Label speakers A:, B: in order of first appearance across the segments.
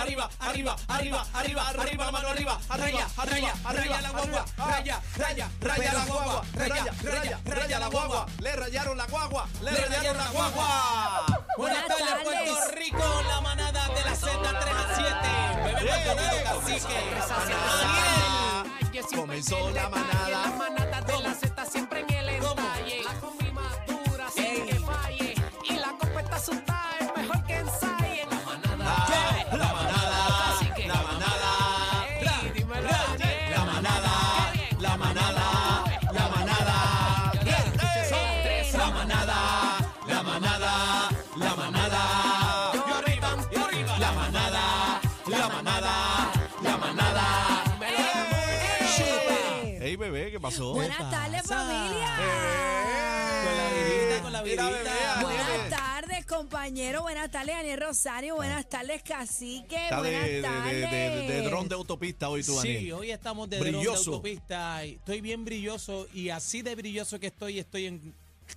A: arriba, arriba, arriba, arriba, la mano arriba, raya, raya, raya la guagua, raya, raya, raya la guagua, raya, raya, raya la guagua, le rayaron la guagua, le rayaron la guagua. Buenas tardes, Puerto Rico, la manada de la Z3 a 7. Bebé Maldonado, cacique, Daniel. Comenzó la manada.
B: La manada de la Z siempre en el
A: ¿Cómo?
B: entalle. La combi madura sin que falle. Y la copa está asustada, es mejor que ensaye. La manada.
A: La manada,
B: Así que-
A: la manada,
B: Ey,
A: la,
B: dímelo,
A: la,
B: Daniel.
A: la manada, la manada, la manada,
B: Ey,
A: ey,
B: ey.
A: la manada, la manada, la manada, yo arriba, yo arriba, la manada, la manada, la manada. Ey bebé, ¿qué pasó?
C: Buenas tardes, familia.
A: Con la virita, con la virita.
C: Buenas tardes, compañero. Buenas tardes, Daniel Rosario. Buenas tardes, Cacique.
D: Ah. Está de,
C: Buenas
D: de, de,
C: tardes.
D: de, de dron de autopista hoy tú, Daniel.
E: Sí, hoy estamos de dron de
D: Brilloso.
E: autopista. y Estoy bien brilloso y así de brilloso que estoy, estoy en.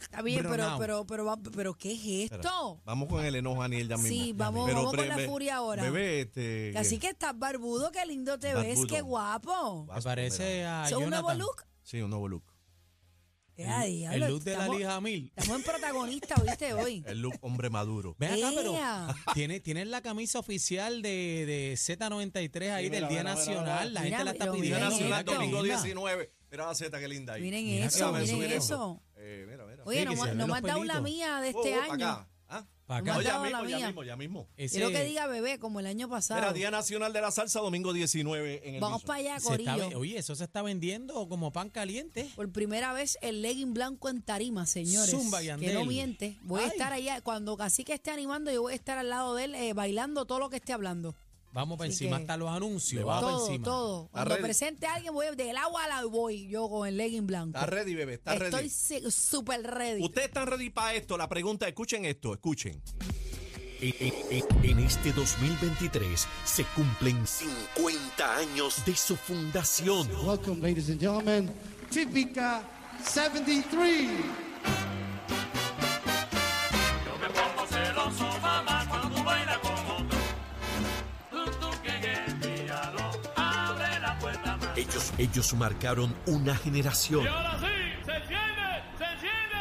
C: Está bien, pero,
E: Bronao.
C: pero, pero, va- pero, ¿qué es
D: Espera,
C: esto?
D: Vamos con el enojo, Daniel, ya
C: Sí,
D: mismo.
C: vamos- vamos con
D: pre-
C: la
D: be-
C: furia ahora.
D: Bebé, este...
C: Así que estás barbudo, qué lindo te ves,
D: Barbudo.
C: qué guapo.
D: Vas,
E: Me parece
D: mira.
E: a
C: ¿Son un nuevo
E: Ah, Jonathan.
C: look?
D: Sí, un nuevo look.
C: Ya,
E: El
C: diablo,
E: look de la
C: estamos-
E: lija mil.
C: Estamos en protagonista, ¿oíste? Hoy.
D: El look hombre maduro.
E: Ven acá, pero
C: Ea.
E: tienes tienes la camisa oficial de, de Z93 ahí del Día Nacional. La
C: Mira,
E: gente la está
C: lo
E: pidiendo.
C: Mira,
D: Día Nacional,
C: mira,
D: domingo
E: linda.
D: 19. Mira la Z, qué linda ahí.
C: Miren
E: Mira,
C: eso,
E: déjame
C: miren
E: subir
C: eso.
E: esto.
D: Eh, mira, mira.
C: Oye,
E: Sí,
C: no,
E: que se
C: ma-
E: ven
C: no
E: los
C: me has dado la
E: pelitos.
C: mía de
D: Oh, oh,
C: este
D: pa'
C: año.
D: acá. ¿Ah?
E: Pa'
C: acá.
D: No, ya
C: Mandado la
D: mismo,
C: mía.
D: ya mismo, ya mismo.
E: Ese-
C: Quiero que diga bebé, como el año
D: Mira,
C: pasado.
D: Día Nacional de la Salsa, domingo 19 en el
C: Vamos
D: Mixon.
C: para allá,
E: se está ve-
C: Corillo.
E: oye, eso se está vendiendo como pan caliente.
C: Por primera vez el legging blanco en tarima, señores.
E: Zumba,
C: que
E: Yandel.
C: no miente. Voy a
E: Ay.
C: estar allá. Cuando Cacique esté animando, yo voy a estar al lado de él eh, bailando todo lo que esté hablando.
E: Vamos para
C: Así
E: encima
C: que-
E: hasta los anuncios.
D: Le
E: Vamos pa'
C: todo,
E: encima.
C: todo. Cuando
D: ready.
C: presente a alguien, voy del agua a la voy yo con el legging blanco.
D: Está ready, bebé, está
C: Estoy
D: ready.
C: si- súper ready.
D: Ustedes están ready para esto. La pregunta, escuchen esto, escuchen.
F: En, en- en- en este 2023 se cumplen 50 años de su fundación.
G: Welcome, ladies and gentlemen, Típica 73.
F: Ellos, ellos marcaron una generación.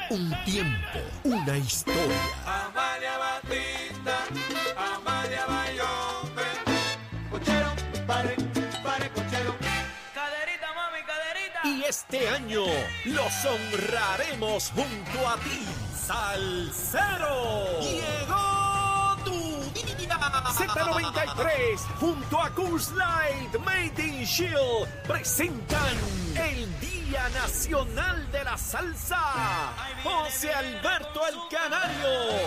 F: Un tiempo, una historia.
A: Amalia Batista, Amalia Bayombe. Cochero, pare, pare, cochero.
H: Caderita, mami, caderita.
F: Y este año los honraremos junto a ti, Salsero. Llegó tu Z93 junto a Coors Light Made in Shield presentan el Día Nacional de la Salsa. José Alberto El Canario.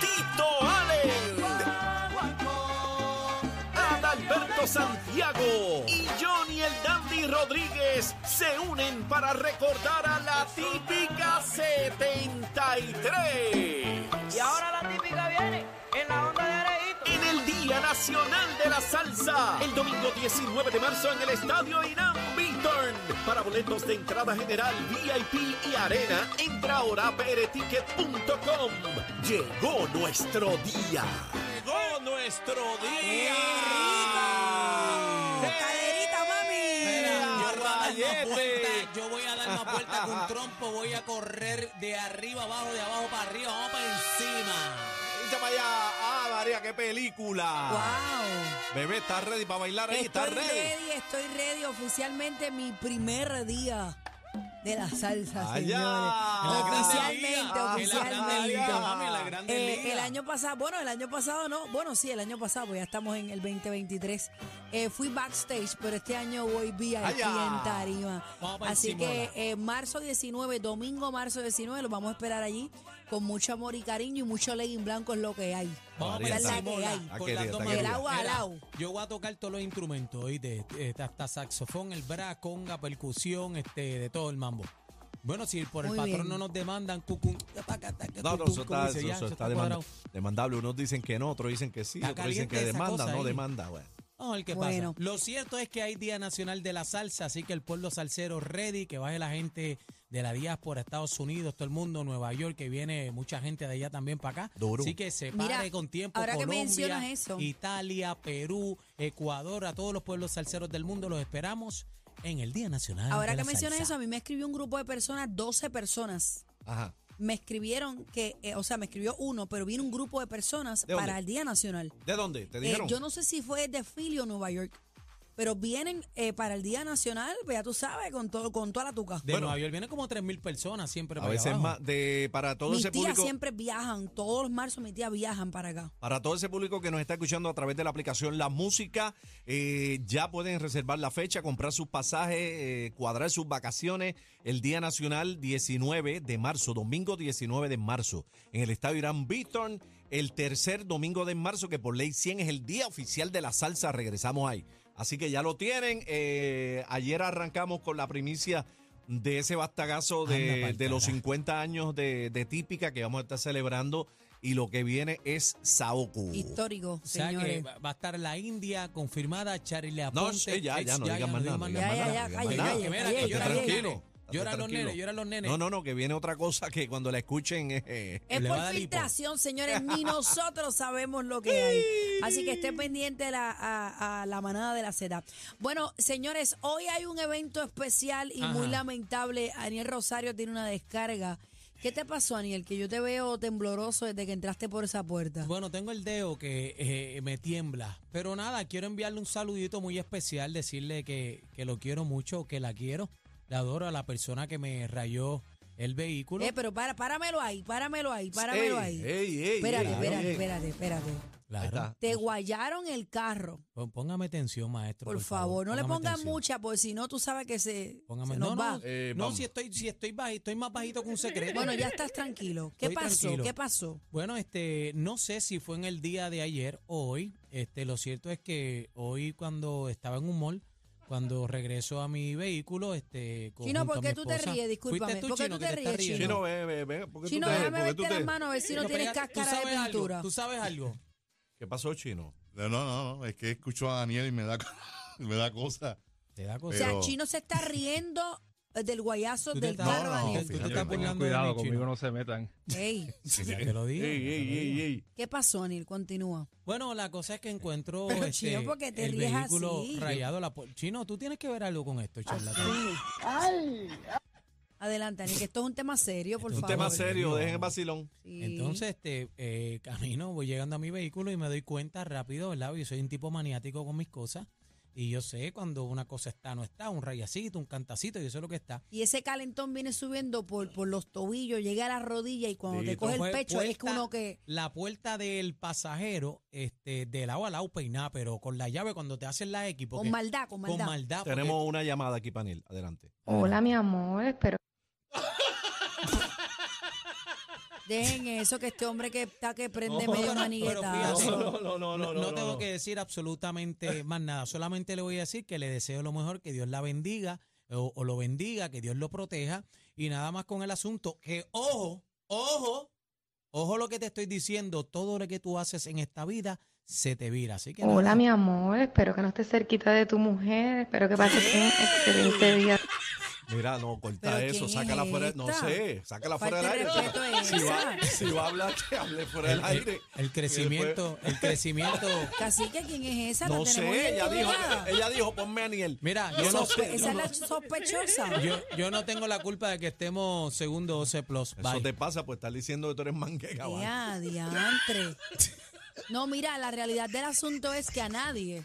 F: Tito Allen. Adalberto Santiago y Johnny el Dandy Rodríguez se unen para recordar a la típica 73
H: Y ahora la típica viene en la onda de Areito.
F: en el Día Nacional de la Salsa. El domingo 19 de marzo en el Estadio Inam Beaton. Para boletos de entrada general, VIP y arena, entra ahora a prticket.com. Llegó nuestro día.
D: Llegó nuestro día. ¡Eh!
C: ¡Caderita,
E: Mira,
C: mami!
E: yo, voy a dar más
D: Caballete.
E: vueltas, yo voy a dar más vueltas con trompo, voy a correr de arriba abajo, de abajo para arriba, vamos para encima.
D: Echa para allá. Ah, María, qué película.
C: ¡Wow!
D: Bebé, está ready para bailar ahí? está
C: Estoy
D: ready?
C: ready, estoy ready. Oficialmente mi primer día de la salsa,
D: Allá.
C: señores.
D: En la grande liga.
C: Oficialmente,
E: Ah, En la grande
C: oficialmente.
E: liga, mami, en la grande
C: Eh,
E: liga.
C: el año pasado, bueno, el año pasado no, bueno, sí, el año pasado, pues ya estamos en el 2023. Eh, fui backstage, pero este año voy VIP
D: Allá.
C: en Tarima.
E: Vamos pa'
C: Así
E: encima,
C: que
E: hola.
C: eh, marzo 19, domingo marzo 19, los vamos a esperar allí con mucho amor y cariño y mucho legging blanco es lo que hay.
E: Vamos
D: María,
E: para
C: está-
E: encima.
C: Está
E: hola, con
D: querida,
E: las dos
D: está
E: manos.
D: querida.
C: Del agua al
E: Mira,
C: agua.
E: Yo voy a tocar todos los instrumentos, oíste, este, hasta saxofón, el brass, conga, percusión, este, de todo el mambo. Bueno, si por el
C: Muy
E: patrón
C: bien.
E: no nos demandan, cucún, tacata,
D: No, no,
E: cucún,
D: eso
E: como
D: está,
E: dice
D: eso-
E: ya,
D: eso
E: eso
D: está
E: está
D: demanda-
E: cuadrado.
D: demandable. Unos dicen que no, otros dicen que sí,
E: Está
D: otros dicen que
E: caliente esa
D: demanda,
E: cosa
D: no
E: ahí.
D: demanda. Bueno.
E: Vamos a ver Oh, qué
C: Bueno.
E: pasa. Lo cierto es que hay Día Nacional de la Salsa, así que el pueblo salsero ready, que baje la gente de la diáspora, Estados Unidos, todo el mundo, Nueva York, que viene mucha gente de allá también para acá.
D: Duro.
E: Así que se
C: Mira,
E: pare con tiempo.
C: ahora que
E: Colombia,
C: mencionas eso.
E: Italia, Perú, Ecuador, a todos los pueblos salseros del mundo los esperamos en el Día Nacional.
C: Ahora
E: de
C: que
E: la
C: mencionas
E: Ah,
C: eso,
E: Salsa.
C: a mí me escribió un grupo de personas, 12 personas.
D: Ajá.
C: Me escribieron que, eh, o sea, me escribió uno, pero vino un grupo de personas
D: ¿De dónde?
C: para el Día Nacional.
D: ¿De dónde? ¿Te
C: Eh,
D: dijeron?
C: yo no sé si fue de Philly o Nueva York, pero vienen eh, para el Día Nacional, pues ya tú sabes, con todo, con toda la tuca.
E: De
D: Bueno.
E: Nueva York vienen como 3.000 personas siempre.
D: a
E: para allá
D: veces
E: abajo.
D: más de para todo
C: mis
D: ese
C: tías
D: público.
C: siempre viajan, todos los marzos mis tías viajan para acá.
D: Para todo ese público que nos está escuchando a través de la aplicación La Música, eh, ya pueden reservar la fecha, comprar sus pasajes, eh, cuadrar sus vacaciones. El Día Nacional 19 de marzo, domingo 19 de marzo, en el Estadio Irán Beaton, el tercer domingo de marzo, que por ley 100 es el día oficial de la salsa. Regresamos ahí. Así que ya lo tienen. Eh, ayer arrancamos con la primicia de ese bastagazo
E: Anda
D: de,
E: pa'l
D: de los
E: carajo.
D: 50 años de, de típica que vamos a estar celebrando y lo que viene es Saoku.
C: Histórico,
E: O sea que
C: señores.
E: va va a estar la India confirmada, Charlie Aponte.
D: sí, ya, ya, no digas más nada, no
C: digas más nada, no digas más
E: que
C: nada.
E: mira, que
C: Oye,
E: lloran los
C: oye,
E: nenes,
D: estate
E: lloran los
D: tranquilo.
E: nenes, lloran los nenes.
D: No, no, no, que viene otra cosa que cuando la escuchen. eh,
C: Es
E: Le va a
C: por
E: dar hipo.
C: filtración, señores, ni nosotros sabemos lo que hay. Así que esté pendiente la- a, a la manada de la seda. Bueno, señores, hoy hay un evento especial y muy
E: Ajá.
C: lamentable. Aniel Rosario tiene una descarga. ¿Qué te pasó, Aniel? Que yo te veo tembloroso desde que entraste por esa puerta.
E: Bueno, tengo el dedo que eh, me tiembla. Pero nada, quiero enviarle un saludito muy especial, decirle que, que lo quiero mucho, que la quiero. La adoro a la persona que me rayó el vehículo.
C: Eh, pero para, páramelo ahí, páramelo ahí, páramelo ahí.
D: ey, ey, ey,
C: espérate,
D: ey,
C: espérate,
D: ey.
C: espérate, espérate.
E: claro.
C: Te guayaron el carro.
E: Pon- Póngame atención, maestro.
C: Por, favor, no le
E: póngame
C: pongas
E: atención.
C: mucha, porque si no, tú sabes que se,
E: Póngame-
C: se nos
E: no,
C: va.
E: no,
D: Eh,
E: no,
D: vamos.
E: si estoy, si estoy bajito, estoy más bajito que un secreto.
C: Bueno, ya estás tranquilo. ¿Qué
E: Estoy
C: pasó?
E: tranquilo.
C: ¿Qué pasó?
E: Bueno, este, no sé si fue en el día de ayer o hoy. Este, lo cierto es que hoy cuando estaba en un mall, cuando regreso a mi vehículo, este, con-
C: Chino,
E: junto a
C: ¿por qué
E: mi
C: tú te
E: esposa-
C: ríes? Discúlpame,
E: Fuiste tú,
C: ¿por qué
E: Chino,
C: tú
E: que
C: te
E: estás
C: ríes,
E: riendo?
D: Chino, ve, ve, ve, ¿por qué
C: Chino,
D: tú te,
C: déjame
D: por qué tú
C: verte
D: te-
C: las manos a ver si no
E: Pero
C: tienes
E: espérate, ¿tú
C: cáscara de
E: sabes algo?
C: pintura.
E: ¿Tú sabes algo?
D: ¿Qué pasó, Chino?
I: No, no, no, no, es que escucho a Daniel y me da, co- me da cosa.
E: Te da
C: O
E: cosa.
C: sea,
I: Pero-
C: Chino se está riendo eh, del guayazo
E: Tú te
C: del
E: estás-
C: carro
I: No, no,
C: Daniel.
E: tú te estás
I: fíjate,
E: burlando de
J: Cuidado,
E: mí, Chino.
J: conmigo no se metan.
C: Ey,
E: Ya te lo digo,
D: Ey,
E: ya te
D: ey,
E: lo
D: ey,
E: digo.
D: ey.
C: ¿Qué pasó, Anil? Continúa.
E: Bueno, la cosa es que encuentro
C: Pero,
E: este,
C: Chino, ¿por qué te
E: el
C: ríes
E: vehículo
C: así?
E: rayado. La po- Chino, tú tienes que ver algo con esto, charlatán.
C: Adelante, Anil, que esto es un tema serio, por
E: Esto es
D: Un
C: favor.
D: tema serio,
E: Dios.
D: dejen el vacilón.
C: Sí.
E: Entonces, este, eh, camino, voy llegando a mi vehículo y me doy cuenta rápido, ¿verdad? Yo soy un tipo maniático con mis cosas y yo sé cuando una cosa está, no está, un rayacito, un cantacito, yo sé lo que está.
C: Y ese calentón viene subiendo por, por los tobillos, llega a la rodilla y cuando te
D: Dito.
C: coge el
E: Fue
C: pecho es que
E: puerta-
C: uno que...
E: La puerta del pasajero, este, de lado a lado peinada, pero con la llave cuando te hacen la X. porque-
C: Con maldad, con maldad.
E: Con maldad. porque-
D: Tenemos una llamada aquí, Panel. Adelante.
K: Hola, mi amor, espero.
C: Dejen eso, que este hombre que está que prende
E: No,
C: medio
E: pero- pero
C: maniguetazo.
E: fíjate,
D: no, no,
E: no, no tengo que decir absolutamente más nada. Solamente le voy a decir que le deseo lo mejor, que Dios la bendiga eh, o, o lo bendiga, que Dios lo proteja y nada más con el asunto. Que ojo, ojo, ojo lo que te estoy diciendo. Todo lo que tú haces en esta vida se te vira. Así que
K: Hola,
E: nada.
K: mi amor, espero que no estés cerquita de tu mujer, espero que pases un excelente día.
D: Mira, no, corta
C: ¿Pero
D: eso,
C: quién
D: sácala
C: es
D: fuera. No
C: esta?
D: sé, sácala
C: Falta
D: fuera del
C: de
D: aire.
C: respeto es
D: Si va,
C: esa.
D: si va a hablar, que hable fuera
E: el,
D: del aire.
E: el- el crecimiento, el crecimiento.
C: Cacique, ¿quién es esa? ¿La
D: No
C: tenemos
D: sé, ella dijo,
C: identificada?
D: ella dijo, ponme a Aniel.
E: Mira, yo
D: Eso
E: no
D: fue-
E: sé.
C: Esa es la sospechosa.
E: Yo, yo no tengo la culpa de que estemos segundo 12 plus.
D: Eso
E: Bye.
D: te pasa por estar diciendo que tú eres manguega, ¿vale?
C: Ya, diantre. No, mira, la realidad del asunto es que a nadie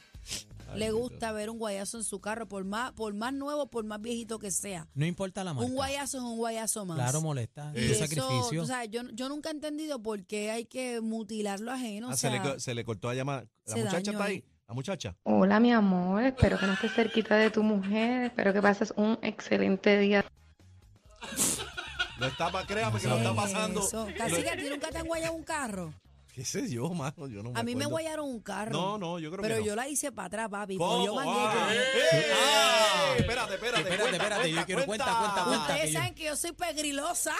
C: le gusta ver un guayazo en su carro, por más, por más nuevo, por más viejito que sea.
E: No importa la marca.
C: Un guayazo es un guayazo más.
E: Claro, molesta.
C: Y
E: un
C: eso,
E: sacrificio.
C: tú sabes, yo, yo nunca he entendido por qué hay que mutilar lo ajeno.
D: Ah,
C: o
D: se, le,
C: sea,
D: co- se le cortó la llamada. La
C: se
D: muchacha
C: dañó
D: está
C: ahí.
D: ahí. La muchacha.
K: Hola, mi amor, espero que no estés cerquita de tu mujer, espero que pases un excelente día.
D: Lo está pa- créame que lo está
C: ¿qué es
D: pasando.
C: eh, eso? Cacique, ¿a ti nunca te han guayado un carro?
D: ¿Qué sé yo, mano? Yo no me
C: A mí me
D: acuerdo.
C: guayaron un carro.
D: No, no, yo creo que
C: Pero
D: no.
C: yo la hice para atrás, papi. porque
D: ¿Cómo?
C: Yo
D: Ah,
C: mangué.
D: ¡eh! Ah, espérate, espérate.
E: Espérate,
D: cuenta,
E: espérate, yo
D: cuenta,
E: quiero cuenta, cuenta, cuenta.
C: Ustedes
E: que
D: ah,
E: yo-
C: saben que yo soy pegrilosa.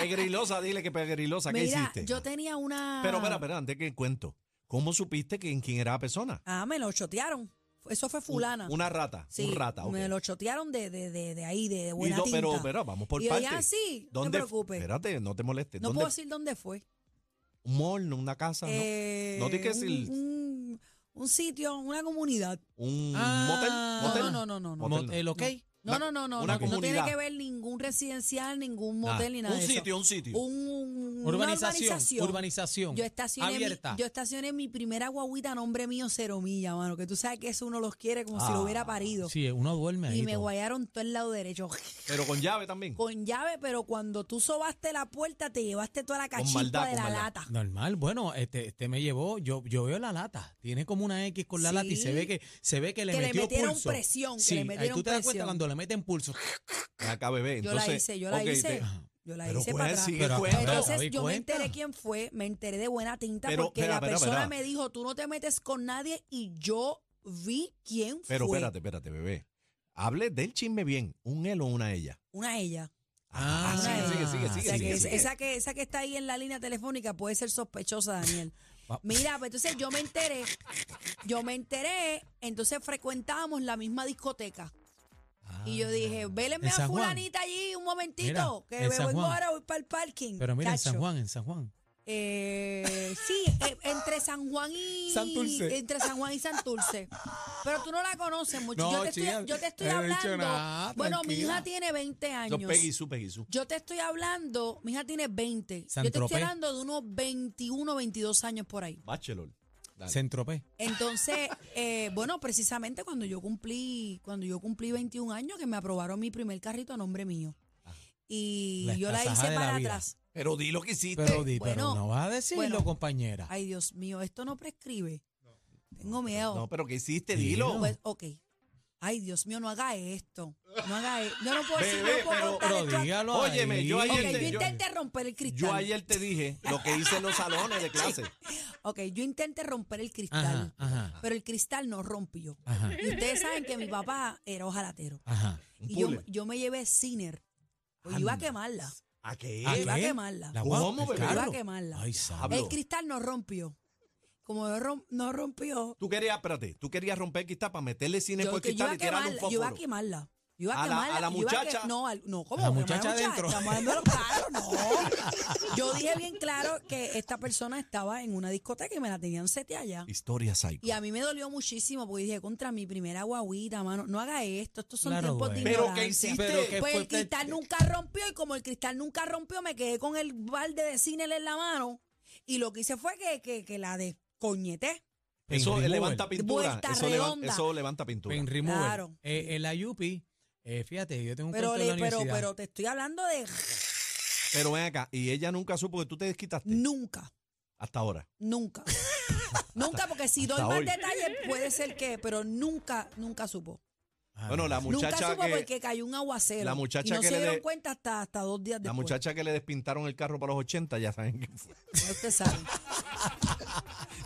D: Pegrilosa, dile que pegrilosa, ¿qué
C: Mira,
D: hiciste?
C: yo tenía una.
D: Pero, espera, espera, antes que cuento. ¿Cómo supiste que, quién era la persona?
C: Ah, me lo chotearon. Eso fue fulana.
D: Una rata,
C: Sí,
D: un rata. ok.
C: Me lo chotearon de, de, de, de ahí, de
D: Y
C: buena
D: do-
C: tinta.
D: pero, pero vamos por
C: y yo,
D: partes.
C: ya sí, no te
D: ¿Dónde-
C: preocupes.
D: Espérate, no te molestes.
C: no
D: ¿Dónde
C: puedo
D: fue?
C: decir dónde fue.
D: un mall, no, una casa, no?
C: Eh,
D: no tienes que decir-
C: Un, un- un sitio, una comunidad.
D: un
E: Ah,
D: motel, motel.
C: No, no, no, no. no.
D: Motel no.
E: Motel, ok.
C: No, no, no, no,
D: Una
C: no, no tiene
D: comunidad.
C: que ver ningún residencial, ningún motel ni nada.
D: un
C: de eso.
D: sitio, un sitio.
C: Un- una
E: Urbanización,
C: urbanización.
E: urbanización.
C: Yo estacioné,
E: abierta.
C: mi, yo estacioné mi primera guaguita a nombre mío, cero milla, mano. Que tú sabes que eso uno los quiere como si
D: Ah,
C: lo hubiera parido.
E: Sí, uno duerme ahí. pues.
C: y me
E: todo.
C: guayaron todo el lado derecho.
D: Pero con llave también.
C: Con llave, pero cuando tú sobaste la puerta, te llevaste toda la
D: Con
C: cachita
D: maldad,
C: de
D: con
C: la
D: maldad.
C: lata.
E: Normal, bueno, este, este me llevó, yo, yo veo la lata, tiene como una X con la lata y se
C: Sí.
E: ve que se ve que le
C: Que le
E: metió
C: metieron
E: pulso.
C: presión, que
E: sí,
C: le
E: ahí
C: metieron
E: tú te das cuenta
C: presión.
E: cuando le meten pulso.
D: Ah, Acá, bebé.
C: Yo
D: Entonces,
C: la hice, yo la
D: ok,
C: hice.
D: te-
C: yo la
D: Pero
C: hice
D: pues,
C: para atrás.
D: sigue
E: Pero,
D: cuenta.
E: pero,
C: Entonces
E: David,
C: yo me
E: cuenta.
C: enteré quién fue, me enteré de buena tinta
D: Pero,
C: porque
D: espera,
C: la
D: espera,
C: persona
D: espera.
C: me dijo, tú no te metes con nadie y yo vi quién
D: Pero
C: fue.
D: espérate, espérate, bebé. Hable del chisme bien. Un él o una ella.
C: Una ella.
E: Ah,
C: Una
D: sigue,
C: ella.
D: sigue, sigue,
C: O
D: sigue,
C: sea,
D: sigue,
C: que es-
D: sigue.
C: Esa, que, esa que está ahí en la línea telefónica puede ser sospechosa, Daniel.
E: Wow.
C: Mira, pues entonces yo me enteré, yo me enteré, entonces frecuentábamos la misma discoteca. Y yo dije, vélenme
E: Ah. en
C: a
E: San Juan.
C: fulanita allí un momentito,
E: Mira, en
C: que me
E: San
C: vengo
E: Juan.
C: ahora, voy para el parking.
E: Pero mira, en San
C: Chacho.
E: Juan, en San Juan.
C: Eh, sí, eh, entre San Juan y
E: Santurce.
C: entre San Juan y Santurce. Pero tú no la conoces mucho.
E: No,
C: yo, te
E: chica,
C: estoy, yo te estoy
E: no he dicho
C: hablando.
E: nada,
C: bueno, mi
E: tranquila.
C: hija tiene 20
D: Eso
C: años.
D: Peggy Sue, Peggy Sue.
C: Yo te estoy hablando, mi hija tiene 20. Yo te
E: Santropé.
C: estoy hablando de unos 21, 22 años por ahí.
D: Bachelor. Dale.
E: Centro P.
C: Entonces, eh, bueno, precisamente cuando yo cumplí, cuando yo cumplí 21 años, que me aprobaron mi primer carrito a nombre mío. Y
E: La
C: yo la hice
E: estasajada de la
C: para
E: vida.
C: atrás.
D: Pero di lo que hiciste.
E: Pero, di, pero
C: bueno,
E: no vas a decirlo,
C: bueno.
E: compañera.
C: Ay, Dios mío, esto no prescribe. Tengo miedo.
D: no, pero que hiciste, dilo.
C: Pues, ok. Ay, Dios mío, no haga esto. No haga esto. Yo no puedo decir,
D: Bebé,
C: no puedo
D: pero-
C: contar
E: Pero
C: esto aquí.
E: dígalo
D: Óyeme,
E: ahí.
D: yo
C: Ok,
D: ayer
C: yo
D: te- yo-
C: intenté romper el cristal.
D: Yo ayer te dije lo que hice en los salones de clase.
C: Ok, yo intenté romper el cristal,
E: Ajá, ajá,
C: pero el cristal no rompió.
E: ajá,
C: Y ustedes saben que mi papá era ojalatero.
D: Ah,
E: ajá.
D: Un
C: Y yo,
D: puzzle.
C: yo me llevé Ciner. Pues yo iba a
E: Anda.
C: quemarla.
D: ¿A qué?
E: ¿A
C: Yo iba a
E: qué?
C: quemarla.
E: La
C: Yo
E: guagua,
D: ¿Cómo,
E: el
D: bebé?
C: iba a
E: carro.
C: quemarla.
E: Ay, sabe.
D: Hablo.
C: El cristal no rompió. Como no rom- no rompió,
D: Tú querías, espérate, tú querías romper el cristal para meterle cine
C: yo,
D: por
C: que yo iba
D: cristal
C: a
D: y tirarle
C: quemarla,
D: un
C: yo iba a
D: fósforo.
C: quemarla. Yo iba a
D: A la-
C: quemarla.
D: a la
C: yo iba que-
D: muchacha.
C: no, al- no, ¿cómo?
E: A la
C: quemar
E: muchacha adentro.
C: Estamos hablando de los carros, no. Yo dije bien claro que esta persona estaba en una discoteca y me la tenían sete allá.
D: Historia psycho.
C: Y a mí me dolió muchísimo porque dije, contra mi primera guaguita, mano, no haga esto, estos son
E: Claro,
C: tiempos
E: güey.
C: de
D: Pero
C: ignorancia.
D: ¿qué hiciste?
E: Pero que
C: Pues
E: fue
C: el cristal nunca rompió y como el cristal nunca rompió, me quedé con el balde de cine en la mano y lo que hice fue que, que, que la descoñeté.
D: Ah,
E: Pain
D: Eso
E: remover.
D: levanta pintura.
C: Vuelta
D: Eso, levan-
C: redonda.
D: eso levanta pintura.
E: Pain remover.
C: Claro.
E: Eh, en la Yupi, eh, fíjate, yo tengo un
C: Pero,
E: cuento en la
C: le- pero,
E: universidad.
C: pero te estoy hablando de
D: Pero ven acá, y ella nunca supo que tú te desquitaste
C: nunca,
D: hasta ahora.
C: nunca. nunca, porque si doy
D: hasta
C: más
D: hoy.
C: detalles puede ser que, pero nunca, nunca supo.
E: Ah,
D: Bueno, la
C: nunca
D: muchacha
C: supo
D: que
C: porque cayó un aguacero.
D: la muchacha
C: y no
D: que
C: se
D: le
C: dieron
D: de-
C: cuenta hasta, hasta dos días
D: la
C: después.
D: muchacha que le despintaron el carro para los 80, ya saben quién fue.
C: Ya usted sabe.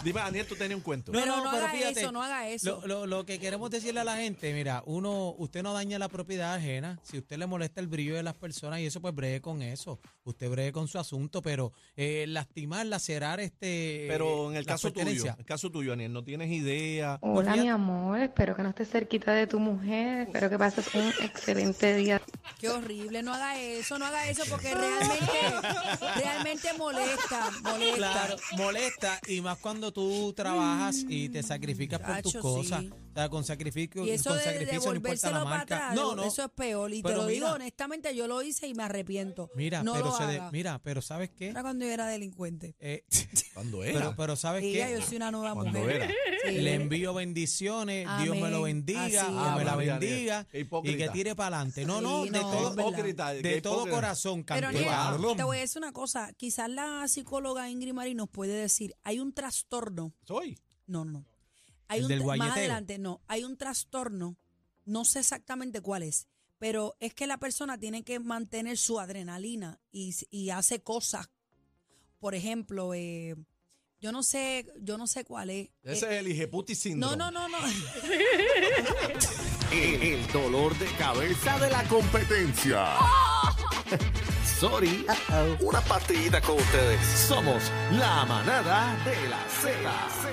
D: Dime, Daniel, tú tenías un cuento.
E: eh,
C: No, pero haga eso, no haga eso.
E: Lo, lo- lo que queremos decirle a la gente, mira, uno, usted no daña la propiedad ajena. Si usted le molesta el brillo de las personas y eso, pues bregue con eso. Usted bregue con su asunto, pero eh, lastimar, lacerar este.
D: Pero en
E: eh,
D: el
E: la
D: caso tuyo,
E: pertenencia.
D: en el caso tuyo, Daniel, no tienes idea.
K: Hola,
E: fíjate.
K: mi amor, espero que no estés cerquita de tu mujer, espero que pases un excelente día.
C: Qué horrible, no haga eso, no haga eso porque realmente, realmente molesta, molesta.
E: Claro, molesta y más cuando tú trabajas y te sacrificas por tus
C: Chacho,
E: cosas.
C: sí.
E: O sea, con sacrificio,
C: Y eso
E: con
C: de
E: sacrificio no importa
C: devolvérselo
E: la
C: para
E: marca.
C: atrás,
E: no, no.
C: eso es peor. Y te
E: Pero
C: lo digo
E: mira.
C: honestamente, yo lo hice y me arrepiento.
E: Mira,
C: no
E: pero
C: lo
E: se de-
C: haga.
E: mira, pero ¿sabes qué?
C: Era cuando yo era delincuente.
E: Eh,
D: ¿Cuándo
E: pero, pero ¿sabes
C: Y
E: qué?
C: ya yo soy una nueva
D: Cuando
C: mujer.
D: era.
C: Sí.
E: Le envío bendiciones, Dios me lo
C: Amén.
E: bendiga,
C: Así
E: Dios me
D: es.
E: la
D: Ah, María,
E: bendiga
D: qué
E: y que
D: hipócrita.
E: tire para adelante. No,
C: Sí,
E: no, de
C: no, es
E: todo,
C: verdad.
D: Hipócrita, qué
E: de todo
D: hipócrita.
E: corazón,
C: Pero
E: campeón.
C: Niel,
D: Claro.
C: te voy a decir una cosa. Quizás la psicóloga Ingrid Marín nos puede decir, hay un trastorno.
D: Soy.
C: No, no, no. Hay
E: ¿El
C: un
E: del
C: tra- más
E: guayeteo?
C: adelante, no. Hay un trastorno, no sé exactamente cuál es, pero es que la persona tiene que mantener su adrenalina y, s- y hace cosas. Por ejemplo, eh, yo no sé, yo no sé cuál es.
D: Ese
C: Eh,
D: es el Ijeputi síndrome.
C: no, no, no, no.
F: El, el dolor de cabeza de la competencia. Sorry. Una partida con ustedes. Somos la manada de la Z.